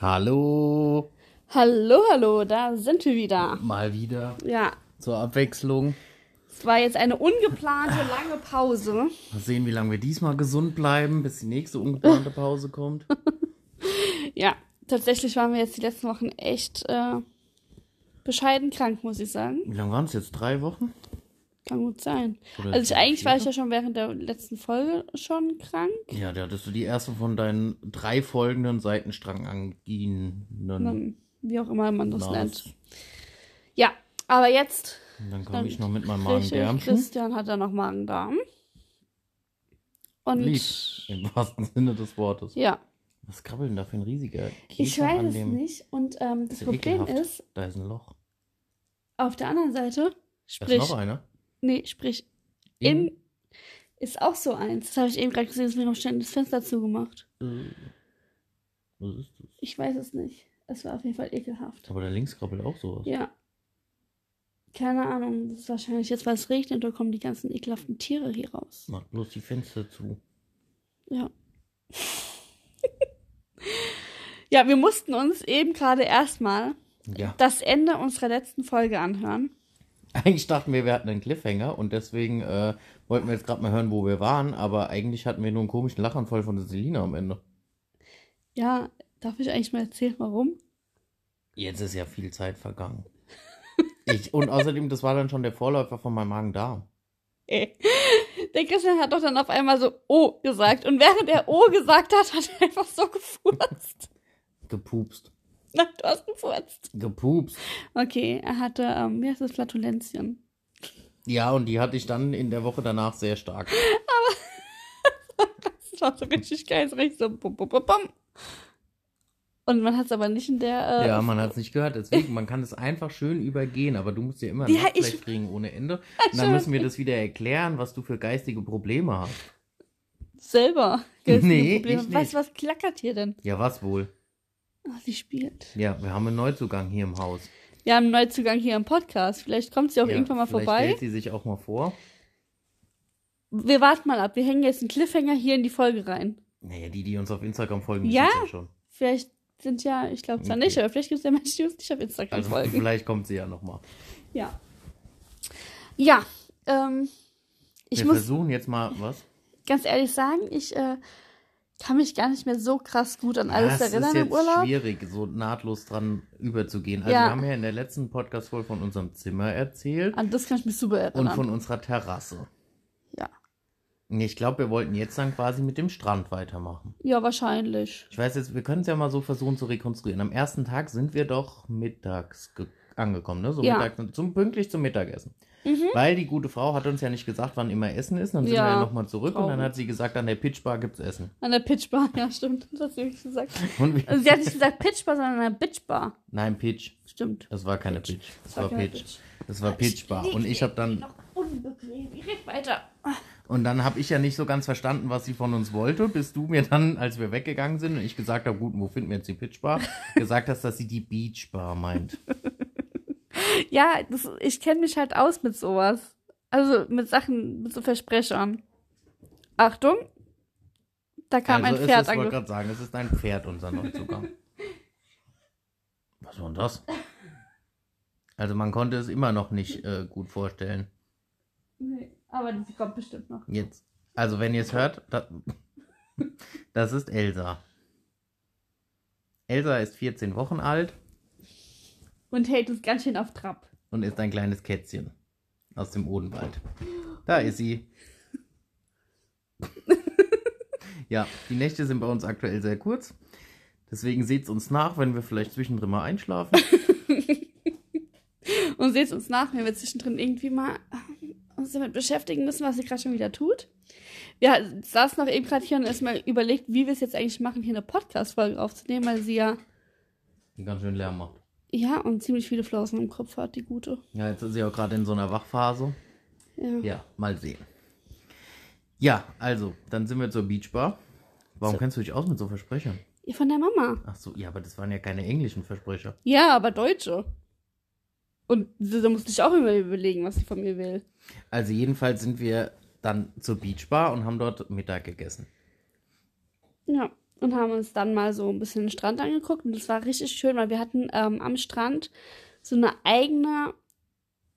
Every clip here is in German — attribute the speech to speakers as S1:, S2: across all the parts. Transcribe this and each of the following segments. S1: Hallo,
S2: Hallo, hallo, da sind wir wieder.
S1: mal wieder
S2: Ja,
S1: zur Abwechslung.
S2: es war jetzt eine ungeplante lange Pause.
S1: Mal sehen, wie lange wir diesmal gesund bleiben, bis die nächste ungeplante Pause kommt.
S2: Ja, tatsächlich waren wir jetzt die letzten Wochen echt äh, bescheiden krank, muss ich sagen.
S1: Wie lange waren es jetzt? Drei Wochen?
S2: Kann gut sein.
S1: Oder
S2: also ich, eigentlich war ich
S1: vier?
S2: ja schon während der letzten Folge schon krank.
S1: Ja, da hattest du die erste von deinen drei folgenden Seitenstranganginen.
S2: Dann, wie auch immer man das nennt.
S1: las.
S2: Ja, aber jetzt,
S1: Und Dann kam ich
S2: Stimmt.
S1: noch mit meinem
S2: richtig,
S1: Magen-Darm-Schnitt.
S2: Christian hat ja noch Magen-Darm. Und
S1: Lied, Hm? im wahrsten Sinne des Wortes.
S2: ja,
S1: Was krabbelt denn da für ein riesiger Käfer
S2: ich weiß
S1: an
S2: es
S1: dem?
S2: nicht. Und ähm,
S1: Ist
S2: das
S1: ja
S2: Problem
S1: ekelhaft.
S2: ist,
S1: Da ist ein Loch.
S2: auf der anderen Seite,
S1: Da
S2: sprich,
S1: ist noch einer.
S2: Nee, sprich,
S1: In-
S2: im ist auch so eins. Das habe ich eben gerade gesehen, deswegen habe ich schnell das Fenster zugemacht.
S1: Äh, Was ist das?
S2: Ich weiß es nicht. Es war auf jeden Fall ekelhaft.
S1: Aber da links krabbelt auch sowas.
S2: Ja. Keine Ahnung, das ist wahrscheinlich jetzt, weil es regnet, da kommen die ganzen ekelhaften Tiere hier raus.
S1: Mach bloß die Fenster zu.
S2: Ja. ja, wir mussten uns eben gerade erstmal
S1: Ja.
S2: das Ende unserer letzten Folge anhören.
S1: Eigentlich dachten wir, wir hatten einen Cliffhanger und deswegen äh, wollten wir jetzt gerade mal hören, wo wir waren, aber eigentlich hatten wir nur einen komischen Lachanfall von der Selina am Ende.
S2: Ja, darf ich eigentlich mal erzählen, warum?
S1: Jetzt ist ja viel Zeit vergangen. Ich, und außerdem, das war dann schon der Vorläufer von meinem Magen-Darm.
S2: Ey. Der Christian hat doch dann auf einmal so O gesagt. Und während er O gesagt hat, hat er einfach so gefurzt.
S1: Gepupst.
S2: Nein, du hast gefurzt.
S1: Gepupst.
S2: Okay, er hatte, ähm, wie heißt das, Flatulenzien.
S1: Ja, und die hatte ich dann in der Woche danach sehr stark.
S2: Das war so richtig geil, so richtig so bum, bum, bum, bum. Und man hat es aber nicht in der... Äh,
S1: Ja, man hat es nicht gehört, deswegen, man kann es einfach schön übergehen, aber du musst ja immer ein
S2: Ja, ich- Ah,
S1: Nachgleich kriegen ohne Ende. Und dann müssen wir das wieder erklären, was du für geistige Probleme hast.
S2: Selber. geistige
S1: Nee,
S2: Probleme.
S1: ich
S2: Weißt
S1: nicht.
S2: du, was klackert hier denn?
S1: Ja, was wohl?
S2: Ah, sie spielt.
S1: Ja, wir haben einen Neuzugang hier im Haus.
S2: Wir haben einen Neuzugang hier im Podcast. Vielleicht kommt sie auch
S1: Ja,
S2: irgendwann mal
S1: vielleicht
S2: vorbei.
S1: stellt sie sich auch mal vor.
S2: Wir warten mal ab. Wir hängen jetzt einen Cliffhanger hier in die Folge rein.
S1: Naja, die, die uns auf Instagram folgen, die
S2: Ja.
S1: sind's ja schon.
S2: Vielleicht sind ja, ich glaube zwar
S1: Okay.
S2: nicht, aber vielleicht gibt es ja Menschen, die uns nicht auf Instagram
S1: Also
S2: folgen.
S1: vielleicht kommt sie ja nochmal.
S2: Ja. Ja, ähm, ich
S1: Wir
S2: muss
S1: versuchen jetzt mal, was?
S2: ganz ehrlich sagen, ich äh, kann mich gar nicht mehr so krass gut an alles
S1: das ist
S2: erinnern
S1: jetzt
S2: im Urlaub.
S1: schwierig, so nahtlos dran überzugehen. Also
S2: Ja.
S1: wir haben ja in der letzten Podcast-Folge von unserem Zimmer erzählt
S2: An das kann ich mich super
S1: und
S2: erinnern.
S1: von unserer Terrasse.
S2: ja.
S1: Ich glaube, wir wollten jetzt dann quasi mit dem Strand weitermachen.
S2: ja, wahrscheinlich.
S1: Ich weiß jetzt, wir können es ja mal so versuchen zu rekonstruieren. Am ersten Tag sind wir doch mittags ge- angekommen, ne? So
S2: Ja. Mhm.
S1: mittags, zum, pünktlich zum Mittagessen. Weil die gute Frau hat uns ja nicht gesagt, wann immer Essen ist. Dann sind
S2: Ja.
S1: wir ja nochmal zurück und dann
S2: Traurig.
S1: hat sie gesagt, an der Pitchbar gibt's Essen.
S2: An der Pitchbar, ja, stimmt. Das habe ich gesagt.
S1: Und wir,
S2: Also sie hat nicht gesagt Pitchbar, sondern an der Bitchbar.
S1: nein, Pitch.
S2: Stimmt.
S1: Das war keine
S2: Pitch.
S1: Pitch. Das war
S2: keine
S1: Pitch.
S2: Pitch.
S1: Das war Pitchbar. Und ich habe dann
S2: Noch unbequem. Ich red weiter.
S1: und dann habe ich ja nicht so ganz verstanden, was sie von uns wollte, bis du mir dann, als wir weggegangen sind und ich gesagt habe, gut, wo finden wir jetzt die Pitchbar, gesagt hast, dass sie die Beachbar meint.
S2: Ja, das, ich kenne mich halt aus mit sowas. Also mit Sachen, mit so Versprechern. Achtung, da kam ein
S1: Also es ist,
S2: Pferd
S1: wollte
S2: ange.
S1: gerade sagen, es ist ein Pferd unser Neuzugang. Was war denn das? Also man konnte es immer noch nicht äh, gut vorstellen.
S2: Nee, aber die kommt bestimmt noch.
S1: Jetzt. Also wenn ihr es hört, da, das ist Elsa. Elsa ist 14 Wochen alt
S2: Und hält uns ganz schön auf Trab.
S1: und ist ein kleines Kätzchen aus dem Odenwald. Da ist sie. ja, die Nächte sind bei uns aktuell sehr kurz. Deswegen seht es uns nach, wenn wir vielleicht zwischendrin mal einschlafen.
S2: Und seht uns nach, wenn wir zwischendrin irgendwie mal äh, uns damit beschäftigen müssen, was sie gerade schon wieder tut. Wir hat- saßen noch eben gerade hier und erstmal überlegt, wie wir es jetzt eigentlich machen, hier eine Podcast-Folge aufzunehmen, weil sie ja,
S1: Die ganz schön Lärm macht.
S2: ja, und ziemlich viele Flausen im Kopf hat, die gute.
S1: Ja, jetzt ist sie auch gerade in so einer Wachphase.
S2: Ja.
S1: Ja, mal sehen. Ja, also, dann sind wir zur Beachbar. Warum kennst du dich aus mit so Versprechern?
S2: Von der Mama.
S1: Ach so, ja, aber das waren ja keine englischen Versprecher.
S2: Ja, aber Deutsche. Und da da musste ich auch immer überlegen, was sie von mir will.
S1: Also jedenfalls sind wir dann zur Beachbar und haben dort Mittag gegessen.
S2: Ja. und haben uns dann mal so ein bisschen den Strand angeguckt. Und das war richtig schön, weil wir hatten ähm, am Strand so eine eigene,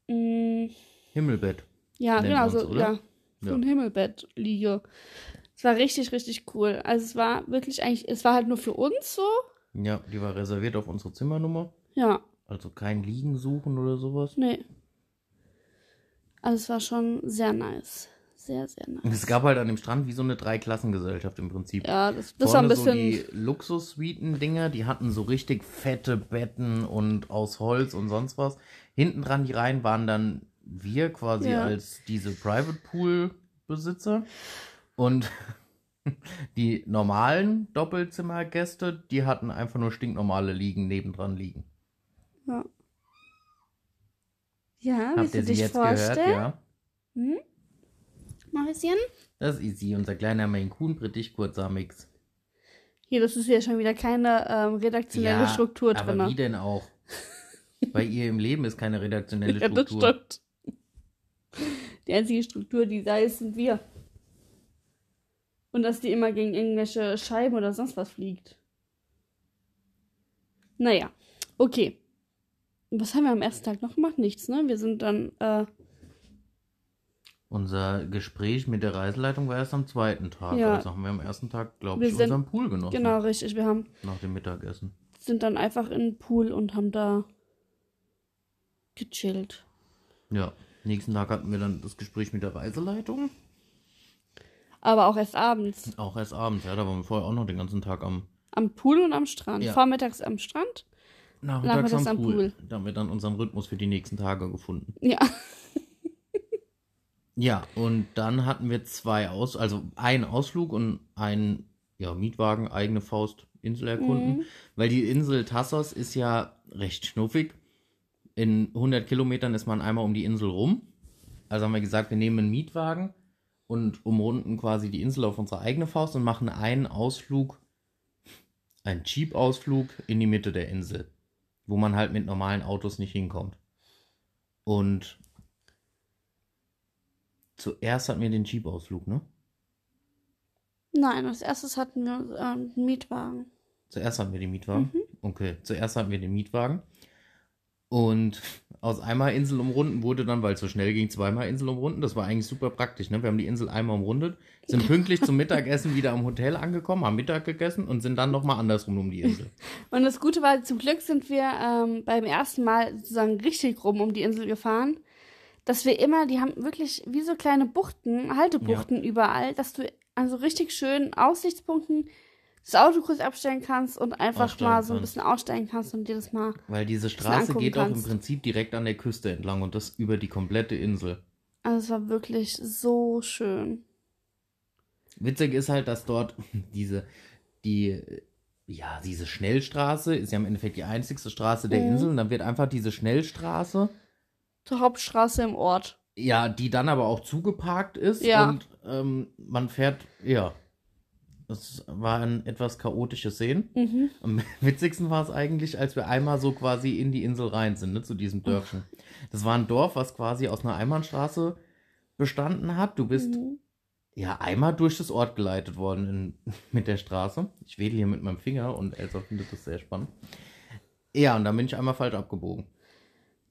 S2: mm, mh,
S1: Himmelbett.
S2: ja,
S1: Nennt
S2: genau,
S1: man's,
S2: so,
S1: oder?
S2: ja, so
S1: Ja.
S2: ein Himmelbett liege. Es war richtig, richtig cool. Also es war wirklich eigentlich, es war halt nur für uns so.
S1: Ja, die war reserviert auf unsere Zimmernummer.
S2: Ja,
S1: Also kein Liegen suchen oder sowas.
S2: nee. Also es war schon sehr nice. Sehr, sehr nice.
S1: Es gab halt an dem Strand wie so eine Dreiklassengesellschaft im Prinzip.
S2: Ja, das, das war ein
S1: Vorne so
S2: bisschen.
S1: die Luxus-Suiten-Dinger, die hatten so richtig fette Betten und aus Holz und sonst was. Hinten dran die Reihen waren dann wir quasi
S2: Ja.
S1: als diese Private Pool-Besitzer. Und die normalen Doppelzimmergäste, die hatten einfach nur stinknormale Liegen nebendran liegen.
S2: Ja. Ja,
S1: Habt
S2: willst du
S1: ihr sie
S2: dich
S1: jetzt
S2: vorstellen,
S1: gehört? Ja.
S2: Mäuschen?
S1: Das ist sie, unser kleiner Maine Coon, britisch kurzer Mix.
S2: Hier, das ist ja schon wieder keine ähm, redaktionelle Struktur
S1: aber
S2: drin.
S1: wie denn auch? Bei ihr im Leben ist keine redaktionelle
S2: Ja, das
S1: Struktur.
S2: stimmt. Die einzige Struktur, die da ist, sind wir. Und dass die immer gegen irgendwelche Scheiben oder sonst was fliegt. Naja, okay. Was haben wir am ersten Tag noch gemacht? Nichts, ne? Wir sind dann, äh,
S1: Unser Gespräch mit der Reiseleitung war erst am zweiten Tag.
S2: Ja.
S1: Also haben wir am ersten Tag, glaube
S2: Wir
S1: ich,
S2: sind-
S1: unseren Pool genossen.
S2: genau richtig, wir haben
S1: Nach dem Mittagessen.
S2: sind dann einfach in den Pool und haben da gechillt.
S1: Ja. Nächsten Tag hatten wir dann das Gespräch mit der Reiseleitung.
S2: Aber auch erst abends.
S1: Auch erst abends, ja. Da waren wir vorher auch noch den ganzen Tag am
S2: Am Pool und am Strand.
S1: Ja.
S2: Vormittags am Strand.
S1: Nachmittags
S2: Nachmittags
S1: am
S2: am
S1: Pool.
S2: Pool.
S1: Da haben wir dann unseren Rhythmus für die nächsten Tage gefunden.
S2: Ja.
S1: Ja, und dann hatten wir zwei Aus, also einen Ausflug und einen ja, Mietwagen, eigene Faust, Insel erkunden.
S2: Mhm.
S1: Weil die Insel Tassos ist ja recht schnuffig. In 100 Kilometern ist man einmal um die Insel rum. Also haben wir gesagt, wir nehmen einen Mietwagen und umrunden quasi die Insel auf unsere eigene Faust und machen einen Ausflug, einen Jeep-Ausflug in die Mitte der Insel, wo man halt mit normalen Autos nicht hinkommt. Und zuerst hatten wir den Jeep-Ausflug, ne?
S2: Nein, als erstes hatten wir ähm, einen Mietwagen.
S1: Zuerst hatten wir den Mietwagen.
S2: Mhm.
S1: Okay, zuerst hatten wir den Mietwagen. Und aus einmal Insel umrunden wurde dann, weil es so schnell ging, zweimal Insel umrunden. Das war eigentlich super praktisch. Ne? Wir haben die Insel einmal umrundet, sind pünktlich zum Mittagessen wieder am Hotel angekommen, haben Mittag gegessen und sind dann nochmal andersrum um die Insel.
S2: Und das Gute war, zum Glück sind wir ähm, beim ersten Mal sozusagen richtig rum um die Insel gefahren. Dass wir immer, die haben wirklich wie so kleine Buchten, Haltebuchten überall, dass du an so richtig schönen Aussichtspunkten das Auto kurz abstellen kannst und einfach mal
S1: Aussteigen
S2: so ein
S1: kannst.
S2: bisschen aussteigen kannst und dir das mal
S1: Weil diese
S2: bisschen
S1: Straße
S2: angucken
S1: geht auch im
S2: kannst.
S1: Prinzip direkt an der Küste entlang und das über die komplette Insel.
S2: Also es war wirklich so schön.
S1: Witzig ist halt, dass dort diese, die, ja, diese Schnellstraße ist ja im Endeffekt die einzigste Straße der
S2: Mhm.
S1: Insel und dann wird einfach diese Schnellstraße,
S2: Zur Hauptstraße im Ort.
S1: ja, die dann aber auch zugeparkt ist
S2: Ja.
S1: und ähm, man fährt, ja. Es waren etwas chaotische Szenen. Am witzigsten war es eigentlich, als wir einmal so quasi in die Insel rein sind, ne, zu diesem Dörfchen. Das war ein Dorf, was quasi aus einer Einbahnstraße bestanden hat. Du bist
S2: Mhm.
S1: ja, einmal durch das Ort geleitet worden in, mit der Straße. Ich wedel hier mit meinem Finger und Elsa findet das sehr spannend. Ja, und dann bin ich einmal falsch abgebogen.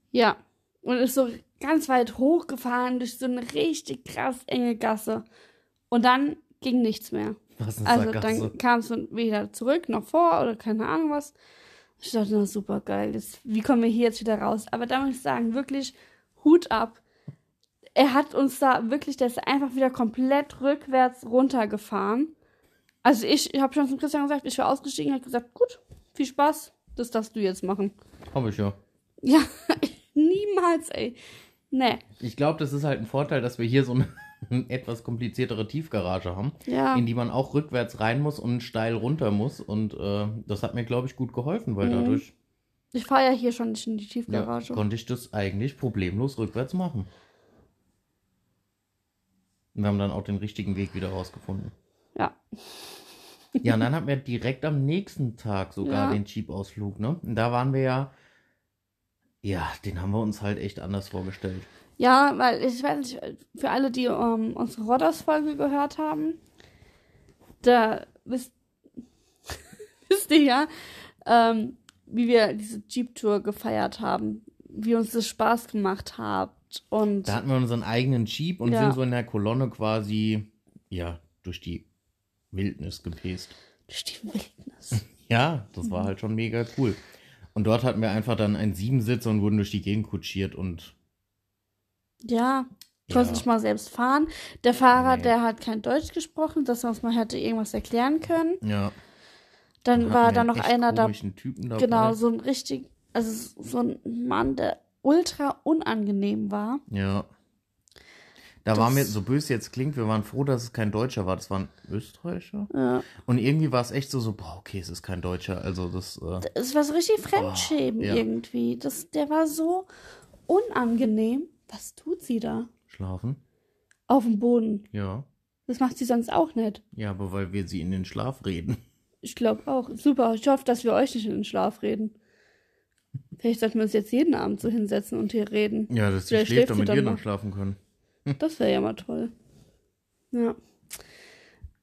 S2: Ja. Und ist so ganz weit hochgefahren durch so eine richtig krass enge Gasse. Und dann ging nichts mehr.
S1: Was eine
S2: Also
S1: Sackgasse.
S2: dann kam es weder zurück noch vor oder keine Ahnung was. Ich dachte, na super geil, das, wie kommen wir hier jetzt wieder raus? Aber da muss ich sagen, wirklich Hut ab. Er hat uns da wirklich, der ist einfach wieder komplett rückwärts runtergefahren. Also ich, ich habe schon zum Christian gesagt, ich war ausgestiegen, hat gesagt, gut, viel Spaß, das darfst du jetzt machen.
S1: Hab ich ja.
S2: Ja, niemals, ey. Nee,
S1: Ich glaube, das ist halt ein Vorteil, dass wir hier so eine etwas kompliziertere Tiefgarage haben,
S2: ja.
S1: in die man auch rückwärts rein muss und steil runter muss. Und äh, das hat mir, glaube ich, gut geholfen, weil
S2: Mhm.
S1: dadurch
S2: Ich fahre ja hier schon nicht in die
S1: ja,
S2: Tiefgarage.
S1: konnte ich das eigentlich problemlos rückwärts machen. Wir haben dann auch den richtigen Weg wieder rausgefunden.
S2: ja.
S1: Ja, und dann hatten wir direkt am nächsten Tag sogar
S2: Ja.
S1: den Jeep-Ausflug, ne? Und da waren wir ja. Ja, den haben wir uns halt echt anders vorgestellt.
S2: Ja, weil ich weiß nicht, für alle, die ähm, unsere Rodders-Folge gehört haben, da wisst, wisst ihr ja, ähm, wie wir diese Jeep-Tour gefeiert haben, wie uns das Spaß gemacht hat und
S1: Da hatten wir unseren eigenen Jeep und
S2: Ja.
S1: sind so in der Kolonne quasi, ja, durch die Wildnis gepest.
S2: durch die Wildnis.
S1: Ja, das war halt schon mega cool. Und dort hatten wir einfach dann einen Siebensitzer und wurden durch die Gegend kutschiert und
S2: Ja, ich konnte
S1: Ja.
S2: nicht mal selbst fahren. Der Fahrer,
S1: Nee.
S2: der hat kein Deutsch gesprochen, dass man uns mal hätte irgendwas erklären können.
S1: ja.
S2: Dann
S1: hatten
S2: war
S1: wir
S2: da
S1: einen
S2: noch
S1: echt
S2: einer da,
S1: komischen Typen dabei.
S2: genau, so ein richtig, also so ein Mann, der ultra unangenehm war.
S1: Ja. Da
S2: Das-
S1: waren wir, so böse jetzt klingt, wir waren froh, dass es kein Deutscher war. Das waren Österreicher.
S2: Ja.
S1: Und irgendwie war es echt so, so, boah, okay, es ist kein Deutscher. Also das, äh,
S2: Es war so richtig Fremdschämen
S1: Oh, ja.
S2: irgendwie. Das, der war so unangenehm. Was tut sie da?
S1: Schlafen.
S2: Auf dem Boden.
S1: Ja.
S2: Das macht sie sonst auch nicht.
S1: Ja, aber weil wir sie in den Schlaf reden.
S2: Ich glaube auch. Super. Ich hoffe, dass wir euch nicht in den Schlaf reden. Vielleicht sollten wir uns jetzt jeden Abend so hinsetzen und hier reden.
S1: Ja, dass sie
S2: Vielleicht
S1: schläft,
S2: schläft sie
S1: damit
S2: dann
S1: wir
S2: noch.
S1: dann schlafen können. Mhm.
S2: Das wäre ja mal toll. Ja.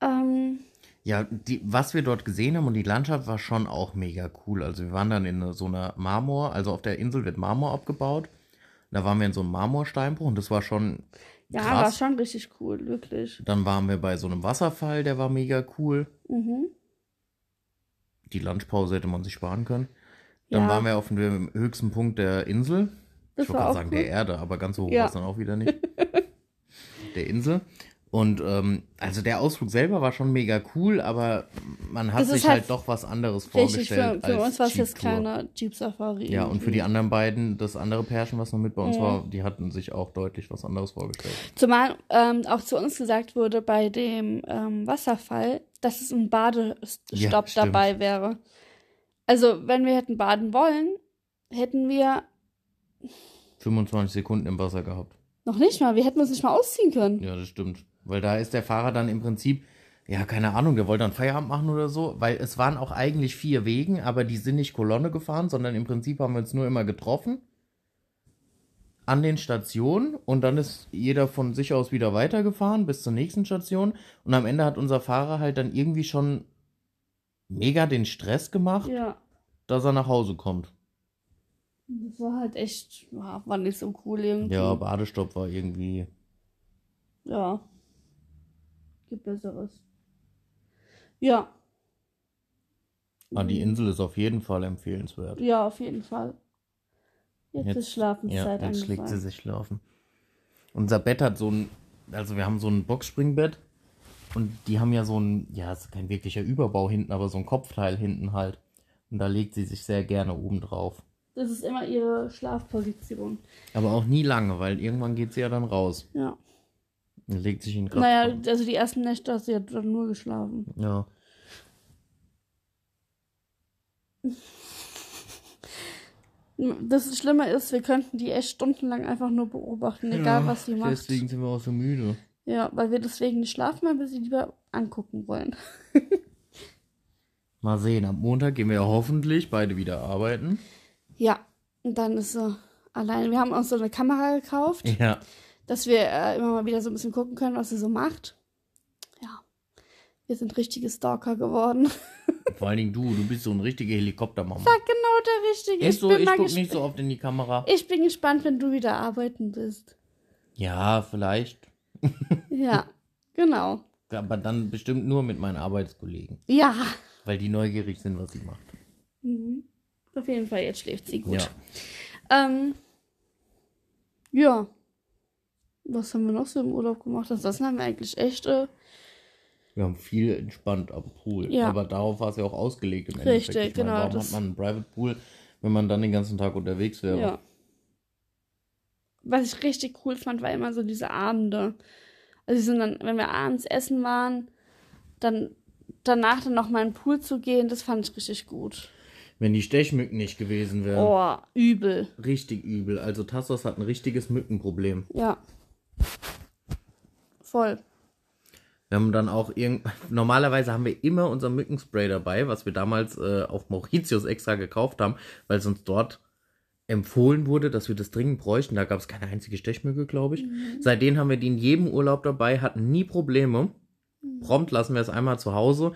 S2: Ähm,
S1: Ja, die, was wir dort gesehen haben und die Landschaft war schon auch mega cool. Also wir waren dann in so einer Marmor, also auf der Insel wird Marmor abgebaut. Da waren wir in so einem Marmorsteinbruch und das war schon
S2: ja, war
S1: krass.
S2: schon richtig cool, wirklich.
S1: Dann waren wir bei so einem Wasserfall, der war mega cool.
S2: Mhm.
S1: Die Lunchpause hätte man sich sparen können. Dann
S2: ja,
S1: waren wir auf dem höchsten Punkt der Insel.
S2: das
S1: ich wollte
S2: war
S1: gerade
S2: auch
S1: sagen
S2: cool.
S1: der Erde, aber ganz so hoch
S2: Ja.
S1: war es dann auch wieder nicht. der Insel. Und ähm, also der Ausflug selber war schon mega cool, aber man hat
S2: Das ist
S1: sich halt,
S2: halt
S1: doch was anderes
S2: Richtig, für,
S1: vorgestellt.
S2: für
S1: als
S2: uns war es jetzt Mhm.
S1: Jeep-Tour.
S2: keine Jeep Safari.
S1: Ja, und für die anderen beiden, das andere Pärchen, was noch mit bei uns
S2: Mhm.
S1: war, die hatten sich auch deutlich was anderes vorgestellt.
S2: Zumal ähm, auch zu uns gesagt wurde bei dem ähm, Wasserfall, dass es ein
S1: Ja,
S2: Badestopp
S1: stimmt.
S2: dabei wäre. Also, wenn wir hätten baden wollen, hätten wir
S1: 25 Sekunden im Wasser gehabt.
S2: noch nicht mal, wir hätten uns nicht mal ausziehen können.
S1: Ja, das stimmt. Weil da ist der Fahrer dann im Prinzip, ja, keine Ahnung, der wollte dann Feierabend machen oder so, weil es waren auch eigentlich vier Wegen, aber die sind nicht Kolonne gefahren, sondern im Prinzip haben wir uns nur immer getroffen an den Stationen und dann ist jeder von sich aus wieder weitergefahren bis zur nächsten Station und am Ende hat unser Fahrer halt dann irgendwie schon mega den Stress gemacht,
S2: Ja,
S1: dass er nach Hause kommt.
S2: das war halt echt, war war nicht so cool irgendwie.
S1: Ja, Badestopp war irgendwie.
S2: Ja. Gibt Besseres. Ja.
S1: Ah, die Insel ist auf jeden Fall empfehlenswert.
S2: Ja, auf jeden Fall. Jetzt,
S1: Jetzt-
S2: ist Schlafenszeit
S1: jetzt schlägt sie
S2: angesagt.
S1: sich schlafen. Unser Bett hat so ein, also wir haben so ein Boxspringbett und die haben ja so ein, ja, es ist kein wirklicher Überbau hinten, aber so ein Kopfteil hinten halt. Und da legt sie sich sehr gerne oben drauf.
S2: Das ist immer ihre Schlafposition.
S1: Aber auch nie lange, weil irgendwann geht sie ja dann raus
S2: Ja.
S1: und legt sich in den
S2: Naja,
S1: Kopf.
S2: also die ersten Nächte hast du ja dort nur geschlafen.
S1: Ja.
S2: Das Schlimme ist, wir könnten die echt stundenlang einfach nur beobachten, egal was sie macht.
S1: Deswegen sind wir auch so müde.
S2: Ja, weil wir deswegen nicht schlafen, weil wir sie lieber angucken wollen.
S1: Mal sehen, am Montag gehen wir ja hoffentlich beide wieder arbeiten.
S2: Ja, und dann ist sie alleine. Wir haben uns so eine Kamera gekauft.
S1: Ja.
S2: dass wir äh, immer mal wieder so ein bisschen gucken können, was sie so macht. Ja, wir sind richtige Stalker geworden.
S1: Vor allen Dingen du, du bist so ein richtiger Helikoptermama.
S2: genau der richtige.
S1: Ist
S2: ich
S1: so,
S2: bin
S1: ich
S2: mal
S1: guck
S2: gesp-
S1: nicht so oft in die Kamera.
S2: Ich bin gespannt, wenn du wieder arbeiten bist.
S1: Ja, vielleicht.
S2: Ja, genau.
S1: Aber dann bestimmt nur mit meinen Arbeitskollegen,
S2: Ja.
S1: weil die neugierig sind, was sie macht.
S2: Mhm. Auf jeden Fall, jetzt schläft sie gut.
S1: Ja.
S2: Ähm, ja. Was haben wir noch so im Urlaub gemacht? Ansonsten haben wir eigentlich echt äh,
S1: Wir haben viel entspannt am Pool.
S2: Ja.
S1: Aber darauf war es ja auch ausgelegt im
S2: Richtig,
S1: Endeffekt. Ich meine,
S2: genau,
S1: Warum
S2: das-
S1: hat man einen Private Pool, wenn man dann den ganzen Tag unterwegs wäre?
S2: Ja. Was ich richtig cool fand, war immer so diese Abende. Also die sind dann, wenn wir abends essen waren, dann danach dann noch mal in den Pool zu gehen, das fand ich richtig gut.
S1: Wenn die Stechmücken nicht gewesen wären.
S2: Oh, übel.
S1: Richtig übel. Also Tassos hat ein richtiges Mückenproblem.
S2: Ja. Voll.
S1: Wir haben dann auch irgend normalerweise haben wir immer unser Mückenspray dabei, was wir damals äh, auf Mauritius extra gekauft haben, weil es uns dort empfohlen wurde, dass wir das dringend bräuchten. Da gab es keine einzige Stechmücke, glaube ich.
S2: Mhm.
S1: Seitdem haben wir die in jedem
S2: Mhm.
S1: Urlaub dabei, hatten nie Probleme. Prompt lassen wir es einmal zu Hause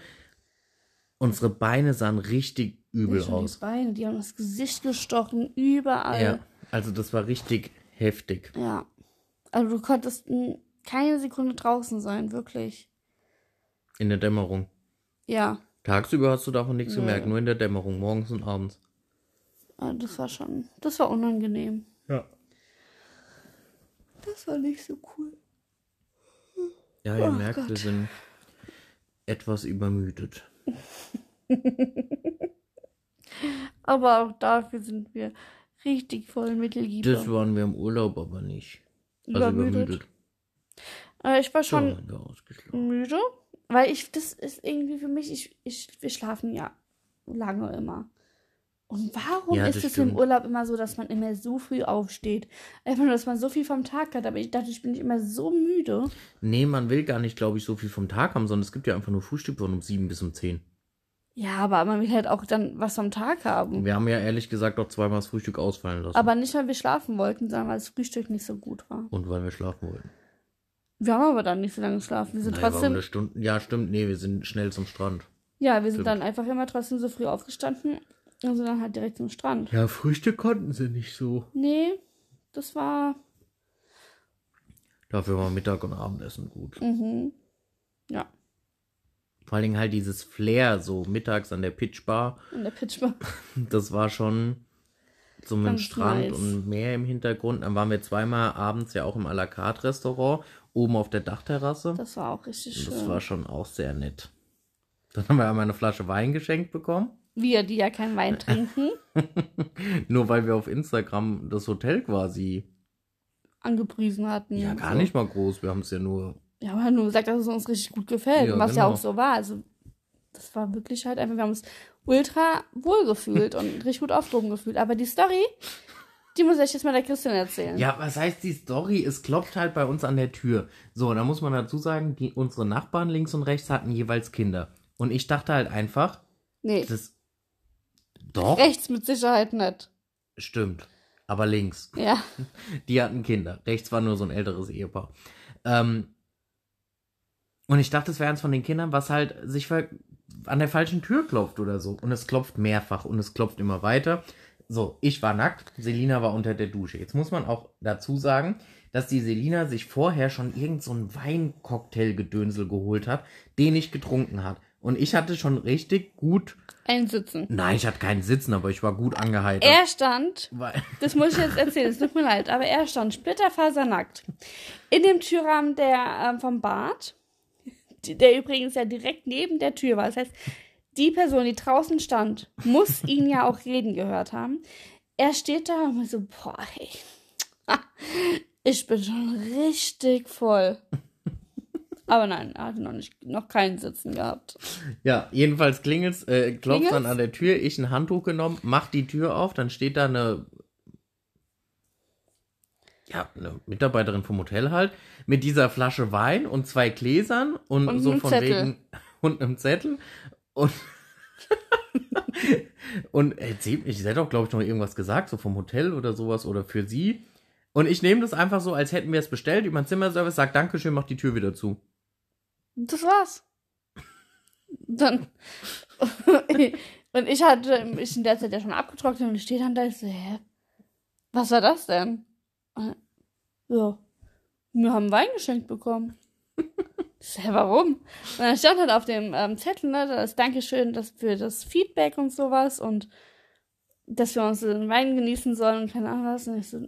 S1: Unsere Beine sahen richtig übel
S2: Nicht nur
S1: aus.
S2: Die Beine, die haben das Gesicht gestochen, überall.
S1: Ja, also das war richtig heftig.
S2: Ja. Also du konntest mm, keine Sekunde draußen sein, wirklich.
S1: In der Dämmerung.
S2: Ja,
S1: Tagsüber hast du davon nichts
S2: Nö.
S1: gemerkt, nur in der Dämmerung, morgens und abends.
S2: also das war schon, das war unangenehm.
S1: Ja.
S2: Das war nicht so cool.
S1: Ja, ihr
S2: Oh
S1: merkt, wir
S2: Gott.
S1: sind etwas übermüdet.
S2: Aber auch dafür sind wir richtig voll Mittelgeber.
S1: Das waren wir im Urlaub aber nicht. Also
S2: Übermüdet.
S1: übermüdet.
S2: Äh, ich war
S1: Schon
S2: schon
S1: waren wir ausgeschlafen.
S2: müde, weil ich, das ist irgendwie für mich, ich, ich, wir schlafen ja lange immer. Und warum
S1: Ja, das
S2: ist es
S1: stimmt.
S2: im Urlaub immer so, dass man immer so früh aufsteht? Einfach nur, dass man so viel vom Tag hat, aber ich dachte, ich bin immer so müde.
S1: Nee, man will gar nicht, glaube ich, so viel vom Tag haben, sondern es gibt ja einfach nur Frühstück von um 7 bis um 10.
S2: Ja, aber man will halt auch dann was am Tag haben.
S1: Wir haben ja ehrlich gesagt auch zweimal das Frühstück ausfallen lassen.
S2: Aber nicht, weil wir schlafen wollten, sondern weil das Frühstück nicht so gut war.
S1: und weil wir schlafen wollten.
S2: Wir haben aber dann nicht so lange geschlafen. Wir sind
S1: Naja, warum
S2: trotzdem,
S1: eine Stunde? Ja, stimmt. Nee, wir sind schnell zum Strand.
S2: ja, wir sind
S1: Stimmt.
S2: dann einfach immer trotzdem so früh aufgestanden und sind dann halt direkt zum Strand.
S1: Ja, Frühstück konnten sie nicht so.
S2: Nee, das war,
S1: Dafür war Mittag und Abendessen gut.
S2: mhm, ja,
S1: Vor allen Dingen halt dieses Flair so mittags an der Pitchbar.
S2: in der Pitchbar.
S1: Das war schon so mit dem
S2: Ganz
S1: Strand
S2: nice.
S1: und Meer im Hintergrund. Dann waren wir zweimal abends ja auch im à la carte Restaurant oben auf der Dachterrasse.
S2: Das war auch richtig
S1: Das,
S2: schön.
S1: war schon auch sehr nett. Dann haben wir einmal eine Flasche Wein geschenkt bekommen.
S2: wir, die ja keinen
S1: Äh,
S2: Wein trinken,
S1: Nur weil wir auf Instagram das Hotel quasi
S2: angepriesen hatten.
S1: ja
S2: und
S1: gar
S2: so.
S1: nicht mal groß. Wir haben es ja nur
S2: Wir haben halt nur gesagt, dass es uns richtig gut gefällt,
S1: Ja,
S2: was ja
S1: genau.
S2: auch so war. Also, das war wirklich halt einfach, wir haben uns ultra wohl gefühlt und richtig gut aufgehoben gefühlt. Aber die Story, die muss ich jetzt mal der Christin erzählen.
S1: Ja, was heißt die Story? Es klopft halt bei uns an der Tür. So, da muss man dazu sagen, die, unsere Nachbarn links und rechts hatten jeweils Kinder. Und ich dachte halt einfach,
S2: nee,
S1: das. Doch,
S2: rechts mit Sicherheit nicht.
S1: stimmt. Aber links.
S2: Ja,
S1: Die hatten Kinder. Rechts war nur so ein älteres Ehepaar. Ähm, und ich dachte, es wäre eins von den Kindern, was halt sich ver an der falschen Tür klopft oder so. Und es klopft mehrfach und es klopft immer weiter. So, ich war nackt, Selina war unter der Dusche. Jetzt muss man auch dazu sagen, dass die Selina sich vorher schon irgend so einen Weincocktail-Gedönsel geholt hat, den ich getrunken hat. Und ich hatte schon richtig gut,
S2: einsitzen.
S1: nein, ich hatte keinen Sitzen, aber ich war gut angeheitert.
S2: Er stand,
S1: Weil-
S2: das muss ich jetzt erzählen, es tut mir leid, aber er stand splitterfasernackt in dem Türrahmen der, ähm, vom Bad, die- der übrigens ja direkt neben der Tür war. Das heißt, die Person, die draußen stand, muss ihn ja auch reden gehört haben. Er steht da und so, boah, ey, ich bin schon richtig voll. Aber nein, er hatte noch, nicht, noch keinen Sitzen gehabt.
S1: Ja, jedenfalls klingelt's, äh, klopft dann
S2: Klingelt's?
S1: an der Tür, ich ein Handtuch genommen, mach die Tür auf, dann steht da eine, ja, eine Mitarbeiterin vom Hotel halt, mit dieser Flasche Wein und zwei Gläsern und,
S2: Und
S1: so
S2: einem
S1: von
S2: Zettel.
S1: wegen, und einem Zettel und, und erzählt, ich hätte auch, glaube ich, noch irgendwas gesagt, so vom Hotel oder sowas oder für sie. Und ich nehme das einfach so, als hätten wir es bestellt, über den Zimmerservice, sagt Dankeschön, mach die Tür wieder zu.
S2: Das war's. Dann. und ich hatte, ich in der Zeit ja schon abgetrocknet und ich stehe dann da ich so, hä? Was war das denn? Und, Ja. Wir haben Wein geschenkt bekommen. Ich so, hä, warum? Und dann stand halt auf dem ähm, Zettel, ne, das Dankeschön das für das Feedback und sowas und dass wir uns den Wein genießen sollen und keine Ahnung was. Und ich so,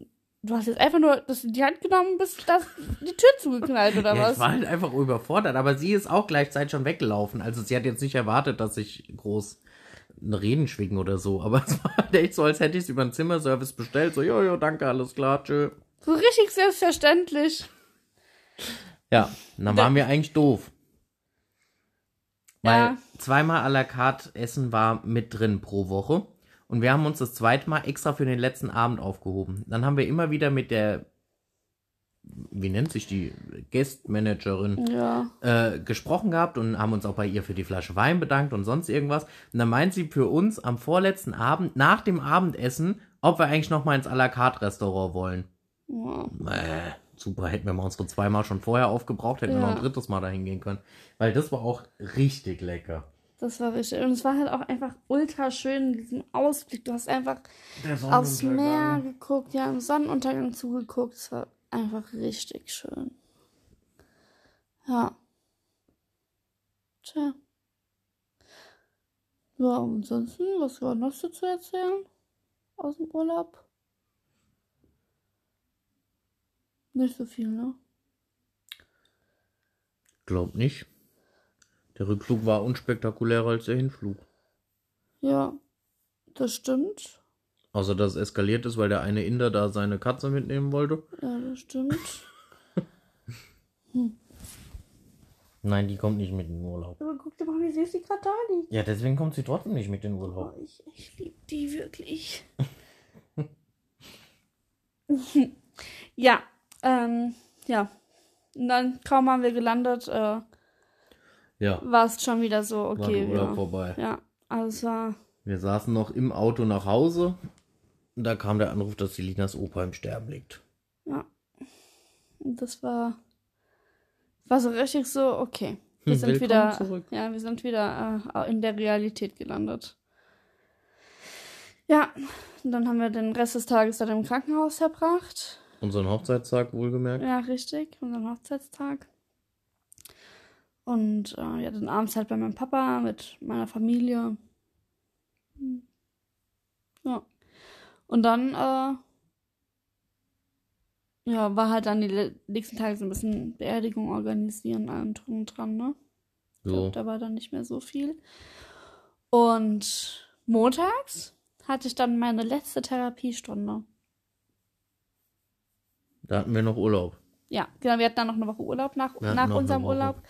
S2: du hast jetzt einfach nur das in die Hand genommen und bist das, die Tür zugeknallt oder
S1: Ja,
S2: was?
S1: ich war halt einfach überfordert, aber sie ist auch gleichzeitig schon weggelaufen. Also sie hat jetzt nicht erwartet, dass ich groß eine Reden schwingen oder so, aber es war halt echt so, als hätte ich es über einen Zimmerservice bestellt. So, jojo, danke, alles klar, tschö.
S2: So richtig selbstverständlich.
S1: Ja, und dann waren wir eigentlich doof. Weil
S2: Ja.
S1: zweimal à la carte Essen war mit drin pro Woche. Und wir haben uns das zweite Mal extra für den letzten Abend aufgehoben. Dann haben wir immer wieder mit der, wie nennt sich die, Guestmanagerin,
S2: Ja.
S1: äh, gesprochen gehabt und haben uns auch bei ihr für die Flasche Wein bedankt und sonst irgendwas. Und dann meint sie für uns am vorletzten Abend, nach dem Abendessen, ob wir eigentlich nochmal ins à la carte Restaurant wollen.
S2: ja.
S1: Äh, super, hätten wir mal unsere zweimal schon vorher aufgebraucht, hätten wir
S2: Ja.
S1: noch ein drittes Mal dahin gehen können. Weil das war auch richtig lecker.
S2: Das war richtig. Und es war halt auch einfach ultra schön, diesen Ausblick. Du hast einfach
S3: Der Sonnenuntergang.
S2: aufs Meer geguckt, ja, im Sonnenuntergang zugeguckt. Es war einfach richtig schön. Ja. Tja. Ja, und ansonsten, was war noch so zu erzählen? Aus dem Urlaub? Nicht so viel, ne?
S1: Glaub nicht. Der Rückflug war unspektakulärer als der Hinflug.
S2: Ja, das stimmt.
S1: Außer dass es eskaliert ist, weil der eine Inder da seine Katze mitnehmen wollte.
S2: Ja, das stimmt.
S1: Nein, die kommt nicht mit in den Urlaub.
S2: Aber guck dir mal, wie süß die gerade da liegt.
S1: Ja, deswegen kommt sie trotzdem nicht mit in den
S2: Oh,
S1: Urlaub.
S2: ich, ich liebe die wirklich. ja, ähm, ja. Und dann kaum haben wir gelandet, äh,
S1: Ja,
S2: war es schon wieder so,
S1: war der
S2: okay.
S1: Urlaub
S2: ja.
S1: vorbei.
S2: ja, also es war,
S1: Wir saßen noch im Auto nach Hause. Und da kam der Anruf, dass Selinas Opa im Sterben liegt.
S2: ja. Und das war, war so richtig so, okay. Wir
S1: Hm,
S2: sind
S1: willkommen
S2: wieder,
S1: zurück.
S2: ja, wir sind wieder äh, in der Realität gelandet. Ja, und dann haben wir den Rest des Tages dann im Krankenhaus verbracht.
S1: Unseren Hochzeitstag wohlgemerkt.
S2: Ja, richtig, unseren Hochzeitstag. Und äh, ja, dann abends halt bei meinem Papa, mit meiner Familie. Hm. Ja. Und dann, äh, ja, war halt dann die le- nächsten Tage so ein bisschen Beerdigung organisieren, allem drum und dran, ne? Ich
S1: So.
S2: glaub, da war dann nicht mehr so viel. Und montags hatte ich dann meine letzte Therapiestunde.
S1: Da hatten wir noch Urlaub.
S2: Ja, genau, wir hatten dann noch eine Woche Urlaub nach,
S1: Wir hatten
S2: nach
S1: noch eine
S2: unserem
S1: Woche.
S2: Urlaub.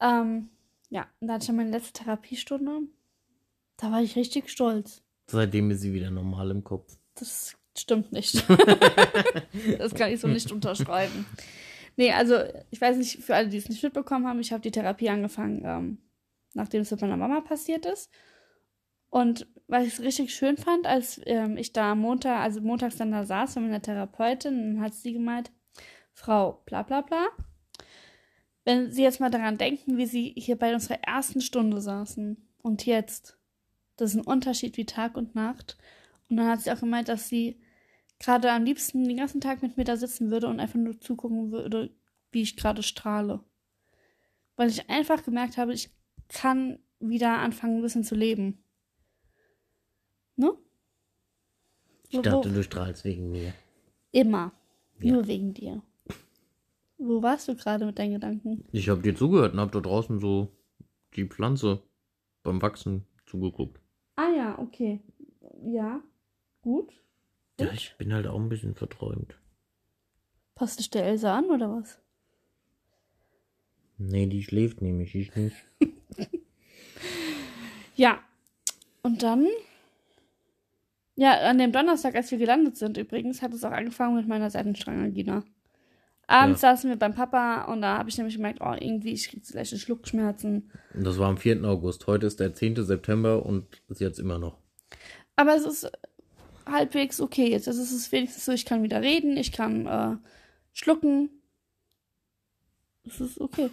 S2: Ähm, ja, und da hatte ich dann meine letzte Therapiestunde. Da war ich richtig stolz.
S1: Seitdem ist sie wieder normal im Kopf.
S2: Das stimmt nicht. das kann ich so nicht unterschreiben. Nee, also ich weiß nicht, für alle, die es nicht mitbekommen haben, ich habe die Therapie angefangen, ähm, nachdem es mit meiner Mama passiert ist. Und was ich richtig schön fand, als ähm, ich da am Montag, also montags dann da saß mit meiner Therapeutin, dann hat sie gemeint, Frau, bla bla bla, wenn Sie jetzt mal daran denken, wie Sie hier bei unserer ersten Stunde saßen und jetzt, das ist ein Unterschied wie Tag und Nacht. Und dann hat sie auch gemeint, dass sie gerade am liebsten den ganzen Tag mit mir da sitzen würde und einfach nur zugucken würde, wie ich gerade strahle. Weil ich einfach gemerkt habe, ich kann wieder anfangen, ein bisschen zu leben. Ne?
S1: Ich dachte, du strahlst wegen mir.
S2: Immer.
S1: Ja.
S2: Nur wegen dir. Wo warst du gerade mit deinen Gedanken?
S1: Ich habe dir zugehört und habe da draußen so die Pflanze beim Wachsen zugeguckt.
S2: Ah ja, okay. Ja. Gut.
S1: Ja, ich bin halt auch ein bisschen verträumt.
S2: Passt dich der Elsa an oder was?
S1: Nee, die schläft nämlich, ich nicht.
S2: Ja. Und dann? Ja, an dem Donnerstag, als wir gelandet sind übrigens, hat es auch angefangen mit meiner Seitenstrangangina. Abends saßen wir beim Papa und da habe ich nämlich gemerkt, oh, irgendwie, ich kriege gleich Schluckschmerzen.
S1: Und das war am 4. August. Heute ist der 10. September und ist jetzt immer noch.
S2: Aber es ist halbwegs okay jetzt. Also es ist wenigstens so, ich kann wieder reden, ich kann äh, schlucken. Es ist okay.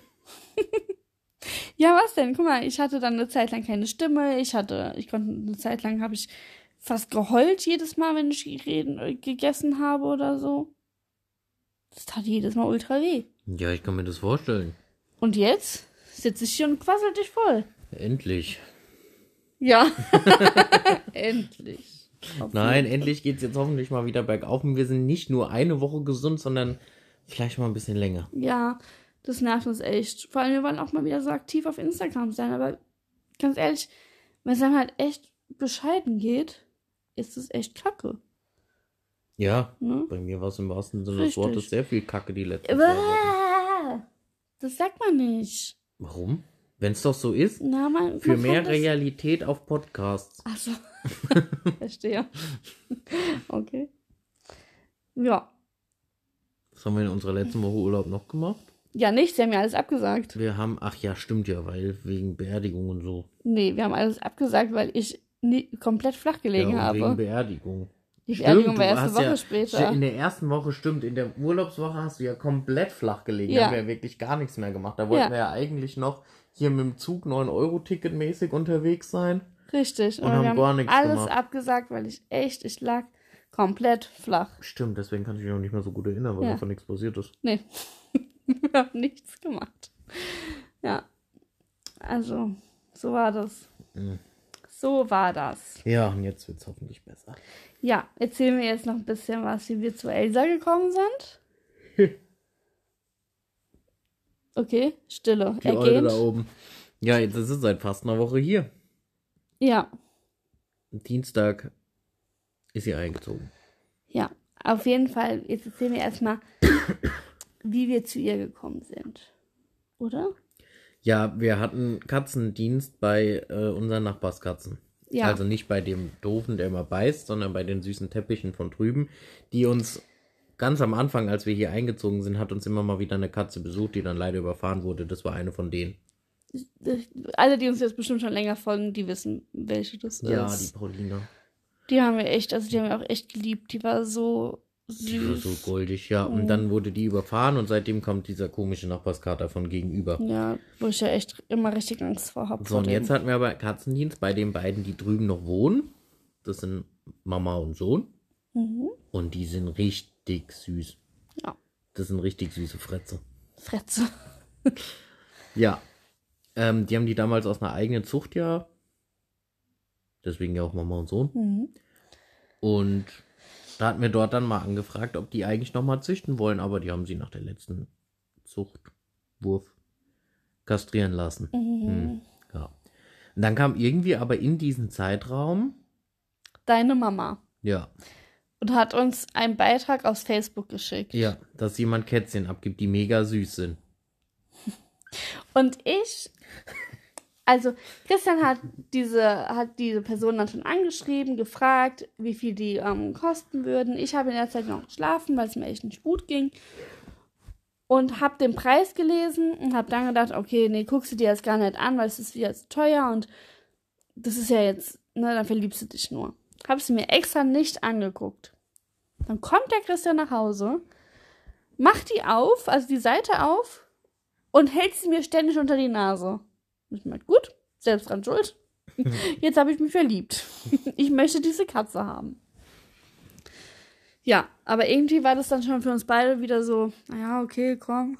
S2: ja, was denn? Guck mal, ich hatte dann eine Zeit lang keine Stimme. Ich hatte, ich konnte eine Zeit lang habe ich fast geheult jedes Mal, wenn ich gereden, äh, gegessen habe oder so. Das tat jedes Mal ultra weh.
S1: Ja, ich kann mir das vorstellen. Und
S2: Und jetzt sitze ich hier und quassel dich voll.
S1: Endlich.
S2: Ja. Endlich. Auf
S1: Nein, endlich geht's jetzt hoffentlich mal wieder bergauf. Und wir sind nicht nur eine Woche gesund, sondern vielleicht mal ein bisschen länger.
S2: Ja, das nervt uns echt. Vor allem, wir wollen auch mal wieder so aktiv auf Instagram sein, aber ganz ehrlich, wenn es einem halt echt bescheiden geht, ist es echt kacke.
S1: Ja,
S2: Ne?
S1: bei mir war es im wahrsten Sinne
S2: Richtig.
S1: des Wortes sehr viel Kacke die letzten zwei Wochen.
S2: Bäh. Das sagt man nicht.
S1: Warum? Wenn's doch so ist.
S2: Na, man,
S1: Für
S2: man kann
S1: mehr
S2: das-
S1: Realität auf Podcasts.
S2: Ach so. Verstehe. okay. Ja.
S1: Was haben wir in unserer letzten Woche Urlaub noch gemacht?
S2: Ja, nicht, sie haben ja alles abgesagt.
S1: Wir haben, ach ja, stimmt ja, weil wegen Beerdigung und so.
S2: Nee, wir haben alles abgesagt, weil ich nie komplett flach gelegen
S1: ja, und
S2: habe.
S1: wegen Beerdigung.
S2: Die Beerdigung
S1: Stimmt,
S2: war
S1: du
S2: erst eine
S1: hast
S2: Woche
S1: ja,
S2: später.
S1: In der ersten Woche stimmt, in der Urlaubswoche hast du ja komplett flach gelegen.
S2: Ja.
S1: Da haben wir ja wirklich gar nichts mehr gemacht. Da wollten
S2: Ja.
S1: wir ja eigentlich noch hier mit dem Zug 9-Euro-Ticket mäßig unterwegs sein.
S2: Richtig.
S1: Und haben
S2: wir haben
S1: gar nichts
S2: alles
S1: gemacht.
S2: abgesagt, weil ich echt, ich lag komplett flach.
S1: Stimmt, deswegen kann ich mich auch nicht mehr so gut erinnern, weil
S2: Ja.
S1: davon nichts passiert ist.
S2: Nee. wir haben nichts gemacht. Ja. Also, so war das.
S1: Mhm.
S2: So war das.
S1: Ja, und jetzt wird's hoffentlich besser.
S2: Ja, erzählen wir jetzt noch ein bisschen was, wie wir zu Elsa gekommen sind. Okay, Stille.
S1: Die
S2: Er
S1: Eule da
S2: geht.
S1: oben. Ja, jetzt ist es seit fast einer Woche hier.
S2: Ja,
S1: Dienstag ist sie eingezogen.
S2: ja. Auf jeden Fall, jetzt erzählen wir erstmal, wie wir zu ihr gekommen sind. Oder?
S1: Ja, wir hatten Katzendienst bei äh, unseren Nachbarskatzen.
S2: Ja.
S1: Also nicht bei dem Doofen, der immer beißt, sondern bei den süßen Teppichen von drüben, die uns ganz am Anfang, als wir hier eingezogen sind, hat uns immer mal wieder eine Katze besucht, die dann leider überfahren wurde. Das war eine von denen.
S2: Alle, die uns jetzt bestimmt schon länger folgen, die wissen, welche das
S1: Ja, die
S2: ist.
S1: Paulina.
S2: Die haben wir echt, also die haben wir auch echt geliebt. Die war so süß.
S1: Die war so goldig, ja. Und dann wurde die überfahren und seitdem kommt dieser komische Nachbarskater von gegenüber.
S2: Ja, wo ich ja echt immer richtig Angst vor habe.
S1: So, und jetzt hatten wir aber Katzendienst bei den beiden, die drüben noch wohnen. Das sind Mama und Sohn.
S2: Mhm.
S1: Und die sind richtig süß.
S2: Ja,
S1: Das sind richtig süße Fretze.
S2: Fretze.
S1: Ja. Ähm, die haben die damals aus einer eigenen Zucht ja. Deswegen ja auch Mama und Sohn.
S2: Mhm.
S1: Und da hatten wir dort dann mal angefragt, ob die eigentlich nochmal züchten wollen, aber die haben sie nach der letzten Zuchtwurf kastrieren lassen. Hm. Ja. Und dann kam irgendwie aber in diesen Zeitraum,
S2: Deine Mama.
S1: ja,
S2: Und hat uns einen Beitrag aus Facebook geschickt.
S1: ja, dass jemand Kätzchen abgibt, die mega süß sind.
S2: Und ich, also Christian hat diese, hat diese Person dann schon angeschrieben, gefragt, wie viel die ähm, kosten würden. Ich habe in der Zeit noch geschlafen, weil es mir echt nicht gut ging. Und habe den Preis gelesen und habe dann gedacht, okay, nee, guckst du dir das gar nicht an, weil es ist wieder zu teuer und das ist ja jetzt, ne, dann verliebst du dich nur. Habe sie mir extra nicht angeguckt. Dann kommt der Christian nach Hause, macht die auf, also die Seite auf und hält sie mir ständig unter die Nase. Und ich meinte, gut, selbst dran schuld. Jetzt habe ich mich verliebt. Ich möchte diese Katze haben. Ja, aber irgendwie war das dann schon für uns beide wieder so, naja, okay, komm.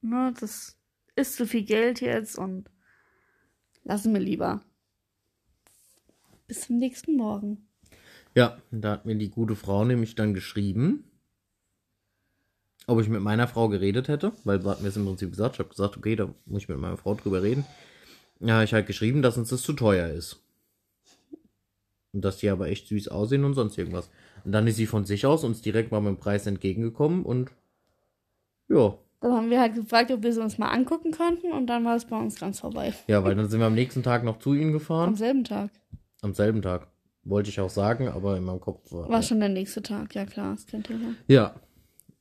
S2: Ne, das ist zu viel Geld jetzt und lassen wir lieber. Bis zum nächsten Morgen.
S1: Ja, und da hat mir die gute Frau nämlich dann geschrieben, ob ich mit meiner Frau geredet hätte, weil sie hat mir es im Prinzip gesagt. Ich habe gesagt, okay, da muss ich mit meiner Frau drüber reden. Ja, ich halt geschrieben, dass uns das zu teuer ist. Und dass die aber echt süß aussehen und sonst irgendwas. Und dann ist sie von sich aus uns direkt mal mit dem Preis entgegengekommen und ja.
S2: Dann haben wir halt gefragt, ob wir sie uns mal angucken könnten und dann war es bei uns ganz vorbei.
S1: Ja, weil dann sind wir am nächsten Tag noch zu ihnen
S2: Am
S1: gefahren.
S2: selben Tag.
S1: Am selben Tag. Wollte ich auch sagen, aber in meinem Kopf war.
S2: War schon der nächste Tag, ja klar, ist kein Thema.
S1: Ja.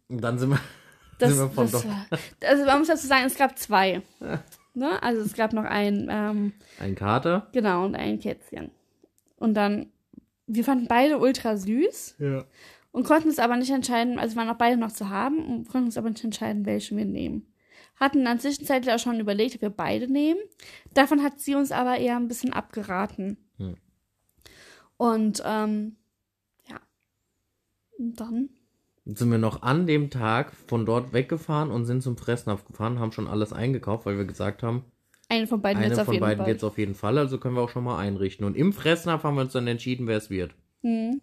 S1: Und dann sind wir.
S2: Das,
S1: sind wir vom
S2: das
S1: Dok-
S2: war, also man muss dazu sagen, es gab zwei. Ne? Also es gab noch ein, ähm,
S1: Ein Kater.
S2: genau, und ein Kätzchen. Und dann, wir fanden beide ultra süß
S1: Ja.
S2: und konnten es aber nicht entscheiden, also waren auch beide noch zu haben und konnten uns aber nicht entscheiden, welchen wir nehmen. Hatten dann zwischenzeitlich auch schon überlegt, ob wir beide nehmen. Davon hat sie uns aber eher ein bisschen abgeraten.
S1: Hm.
S2: Und ähm, ja. Und dann
S1: sind wir noch an dem Tag von dort weggefahren und sind zum Fressnapf gefahren, haben schon alles eingekauft, weil wir gesagt haben,
S2: eine von beiden
S1: eine
S2: jetzt auf
S1: von
S2: jeden
S1: beiden
S2: Fall.
S1: geht's auf jeden Fall, also können wir auch schon mal einrichten. Und im Fressnapf haben wir uns dann entschieden, wer es wird.
S2: Mhm.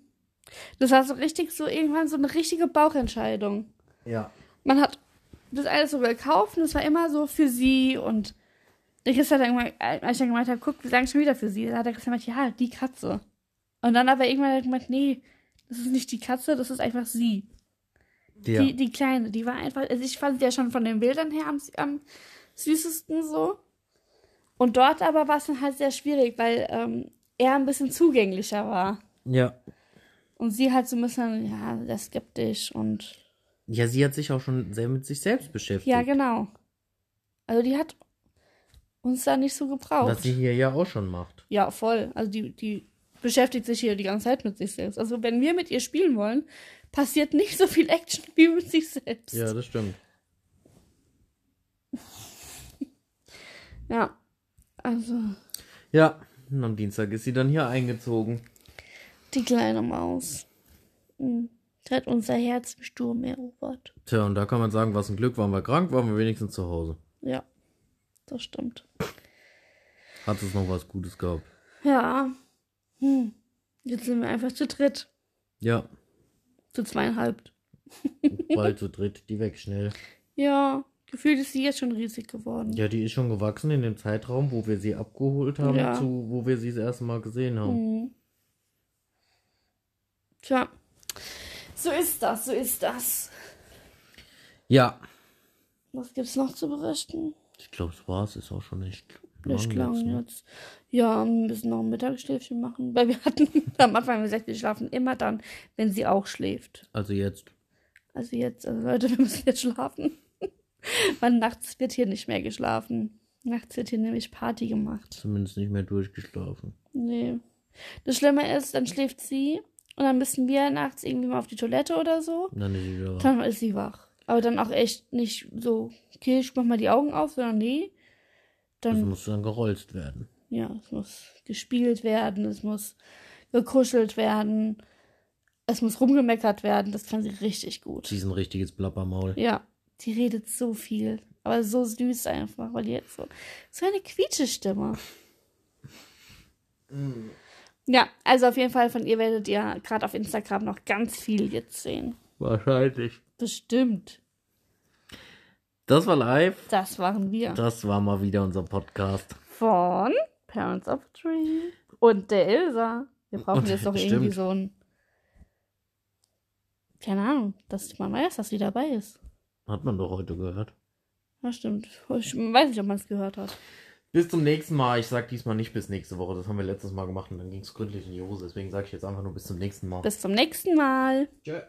S2: Das war so richtig, so irgendwann so eine richtige Bauchentscheidung.
S1: Ja.
S2: Man hat das alles so gekauft und es war immer so für sie und der Christian hat dann irgendwann, als ich dann gemeint habe, guck, wir sagen schon wieder für sie, da hat der Christian gemeint, ja, die Katze. Und dann aber irgendwann hat er gemeint, nee, das ist nicht die Katze, das ist einfach sie.
S1: Ja.
S2: Die, die Kleine, die war einfach, also ich fand sie ja schon von den Bildern her am, am süßesten so. Und dort aber war es dann halt sehr schwierig, weil ähm, er ein bisschen zugänglicher war.
S1: ja.
S2: Und sie halt so ein bisschen, ja, sehr skeptisch und.
S1: Ja, sie hat sich auch schon sehr mit sich selbst beschäftigt.
S2: Ja, genau. Also die hat uns da nicht so
S1: Was
S2: gebraucht.
S1: sie hier ja auch schon macht.
S2: Ja, voll. Also die, die beschäftigt sich hier die ganze Zeit mit sich selbst. Also wenn wir mit ihr spielen wollen, passiert nicht so viel Action wie mit sich selbst.
S1: Ja, das stimmt.
S2: Ja. Also,
S1: Ja, und am Dienstag ist sie dann hier eingezogen.
S2: die kleine Maus. Mhm. Die hat unser Herz im Sturm erobert.
S1: Tja, und da kann man sagen, was ein Glück, waren wir krank, waren wir wenigstens zu Hause.
S2: Ja, das stimmt.
S1: Hat es noch was Gutes gehabt.
S2: Ja. Hm. Jetzt sind wir einfach zu dritt.
S1: Ja,
S2: Zu zweieinhalb.
S1: bald zu dritt, die weg schnell.
S2: Ja, gefühlt ist sie jetzt schon riesig geworden.
S1: Ja, die ist schon gewachsen in dem Zeitraum, wo wir sie abgeholt haben,
S2: Ja.
S1: zu wo wir sie das erste Mal gesehen haben.
S2: Mhm. Tja. So ist das, so ist das.
S1: Ja.
S2: Was gibt's noch zu berichten?
S1: Ich glaube, es war's. Ist auch schon echt lang
S2: Nicht lang
S1: jetzt, ne?
S2: jetzt. Ja, wir müssen noch ein Mittagsschläfchen machen, weil wir hatten am Anfang gesagt, wir schlafen immer dann, wenn sie auch schläft.
S1: Also jetzt.
S2: Also jetzt, also Leute, wir müssen jetzt schlafen. Weil nachts wird hier nicht mehr geschlafen. Nachts wird hier nämlich Party gemacht.
S1: Zumindest nicht mehr durchgeschlafen.
S2: Nee. Das Schlimme ist, dann schläft sie und dann müssen wir nachts irgendwie mal auf die Toilette oder so.
S1: Und dann ist sie wieder wach.
S2: Dann ist sie wach. Aber dann auch echt nicht so, okay, ich mach mal die Augen auf, sondern nee.
S1: Das
S2: Dann
S1: muss dann gerollt werden.
S2: ja, es muss gespielt werden, es muss gekuschelt werden, es muss rumgemeckert werden. Das kann sie richtig gut.
S1: Sie ist ein richtiges Plappermaul.
S2: Ja, die redet so viel, aber so süß einfach, weil die jetzt so, so eine quietsche Stimme. Ja, also auf jeden Fall von ihr werdet ihr gerade auf Instagram noch ganz viel jetzt sehen.
S1: Wahrscheinlich.
S2: Bestimmt.
S1: Das war live.
S2: Das waren wir.
S1: Das war mal wieder unser Podcast.
S2: Von Parents of a Dream und der Ilsa. Wir brauchen
S1: Und-
S2: jetzt doch
S1: stimmt.
S2: irgendwie so ein. Keine Ahnung, dass man weiß, dass sie dabei ist.
S1: Hat man doch heute gehört.
S2: Ja, stimmt. Ich weiß nicht, ob man es gehört hat.
S1: Bis zum nächsten Mal. Ich sag diesmal nicht bis nächste Woche. Das haben wir letztes Mal gemacht und dann ging es gründlich in die Hose. Deswegen sage ich jetzt einfach nur bis zum nächsten Mal.
S2: Bis zum nächsten Mal.
S1: Tschö.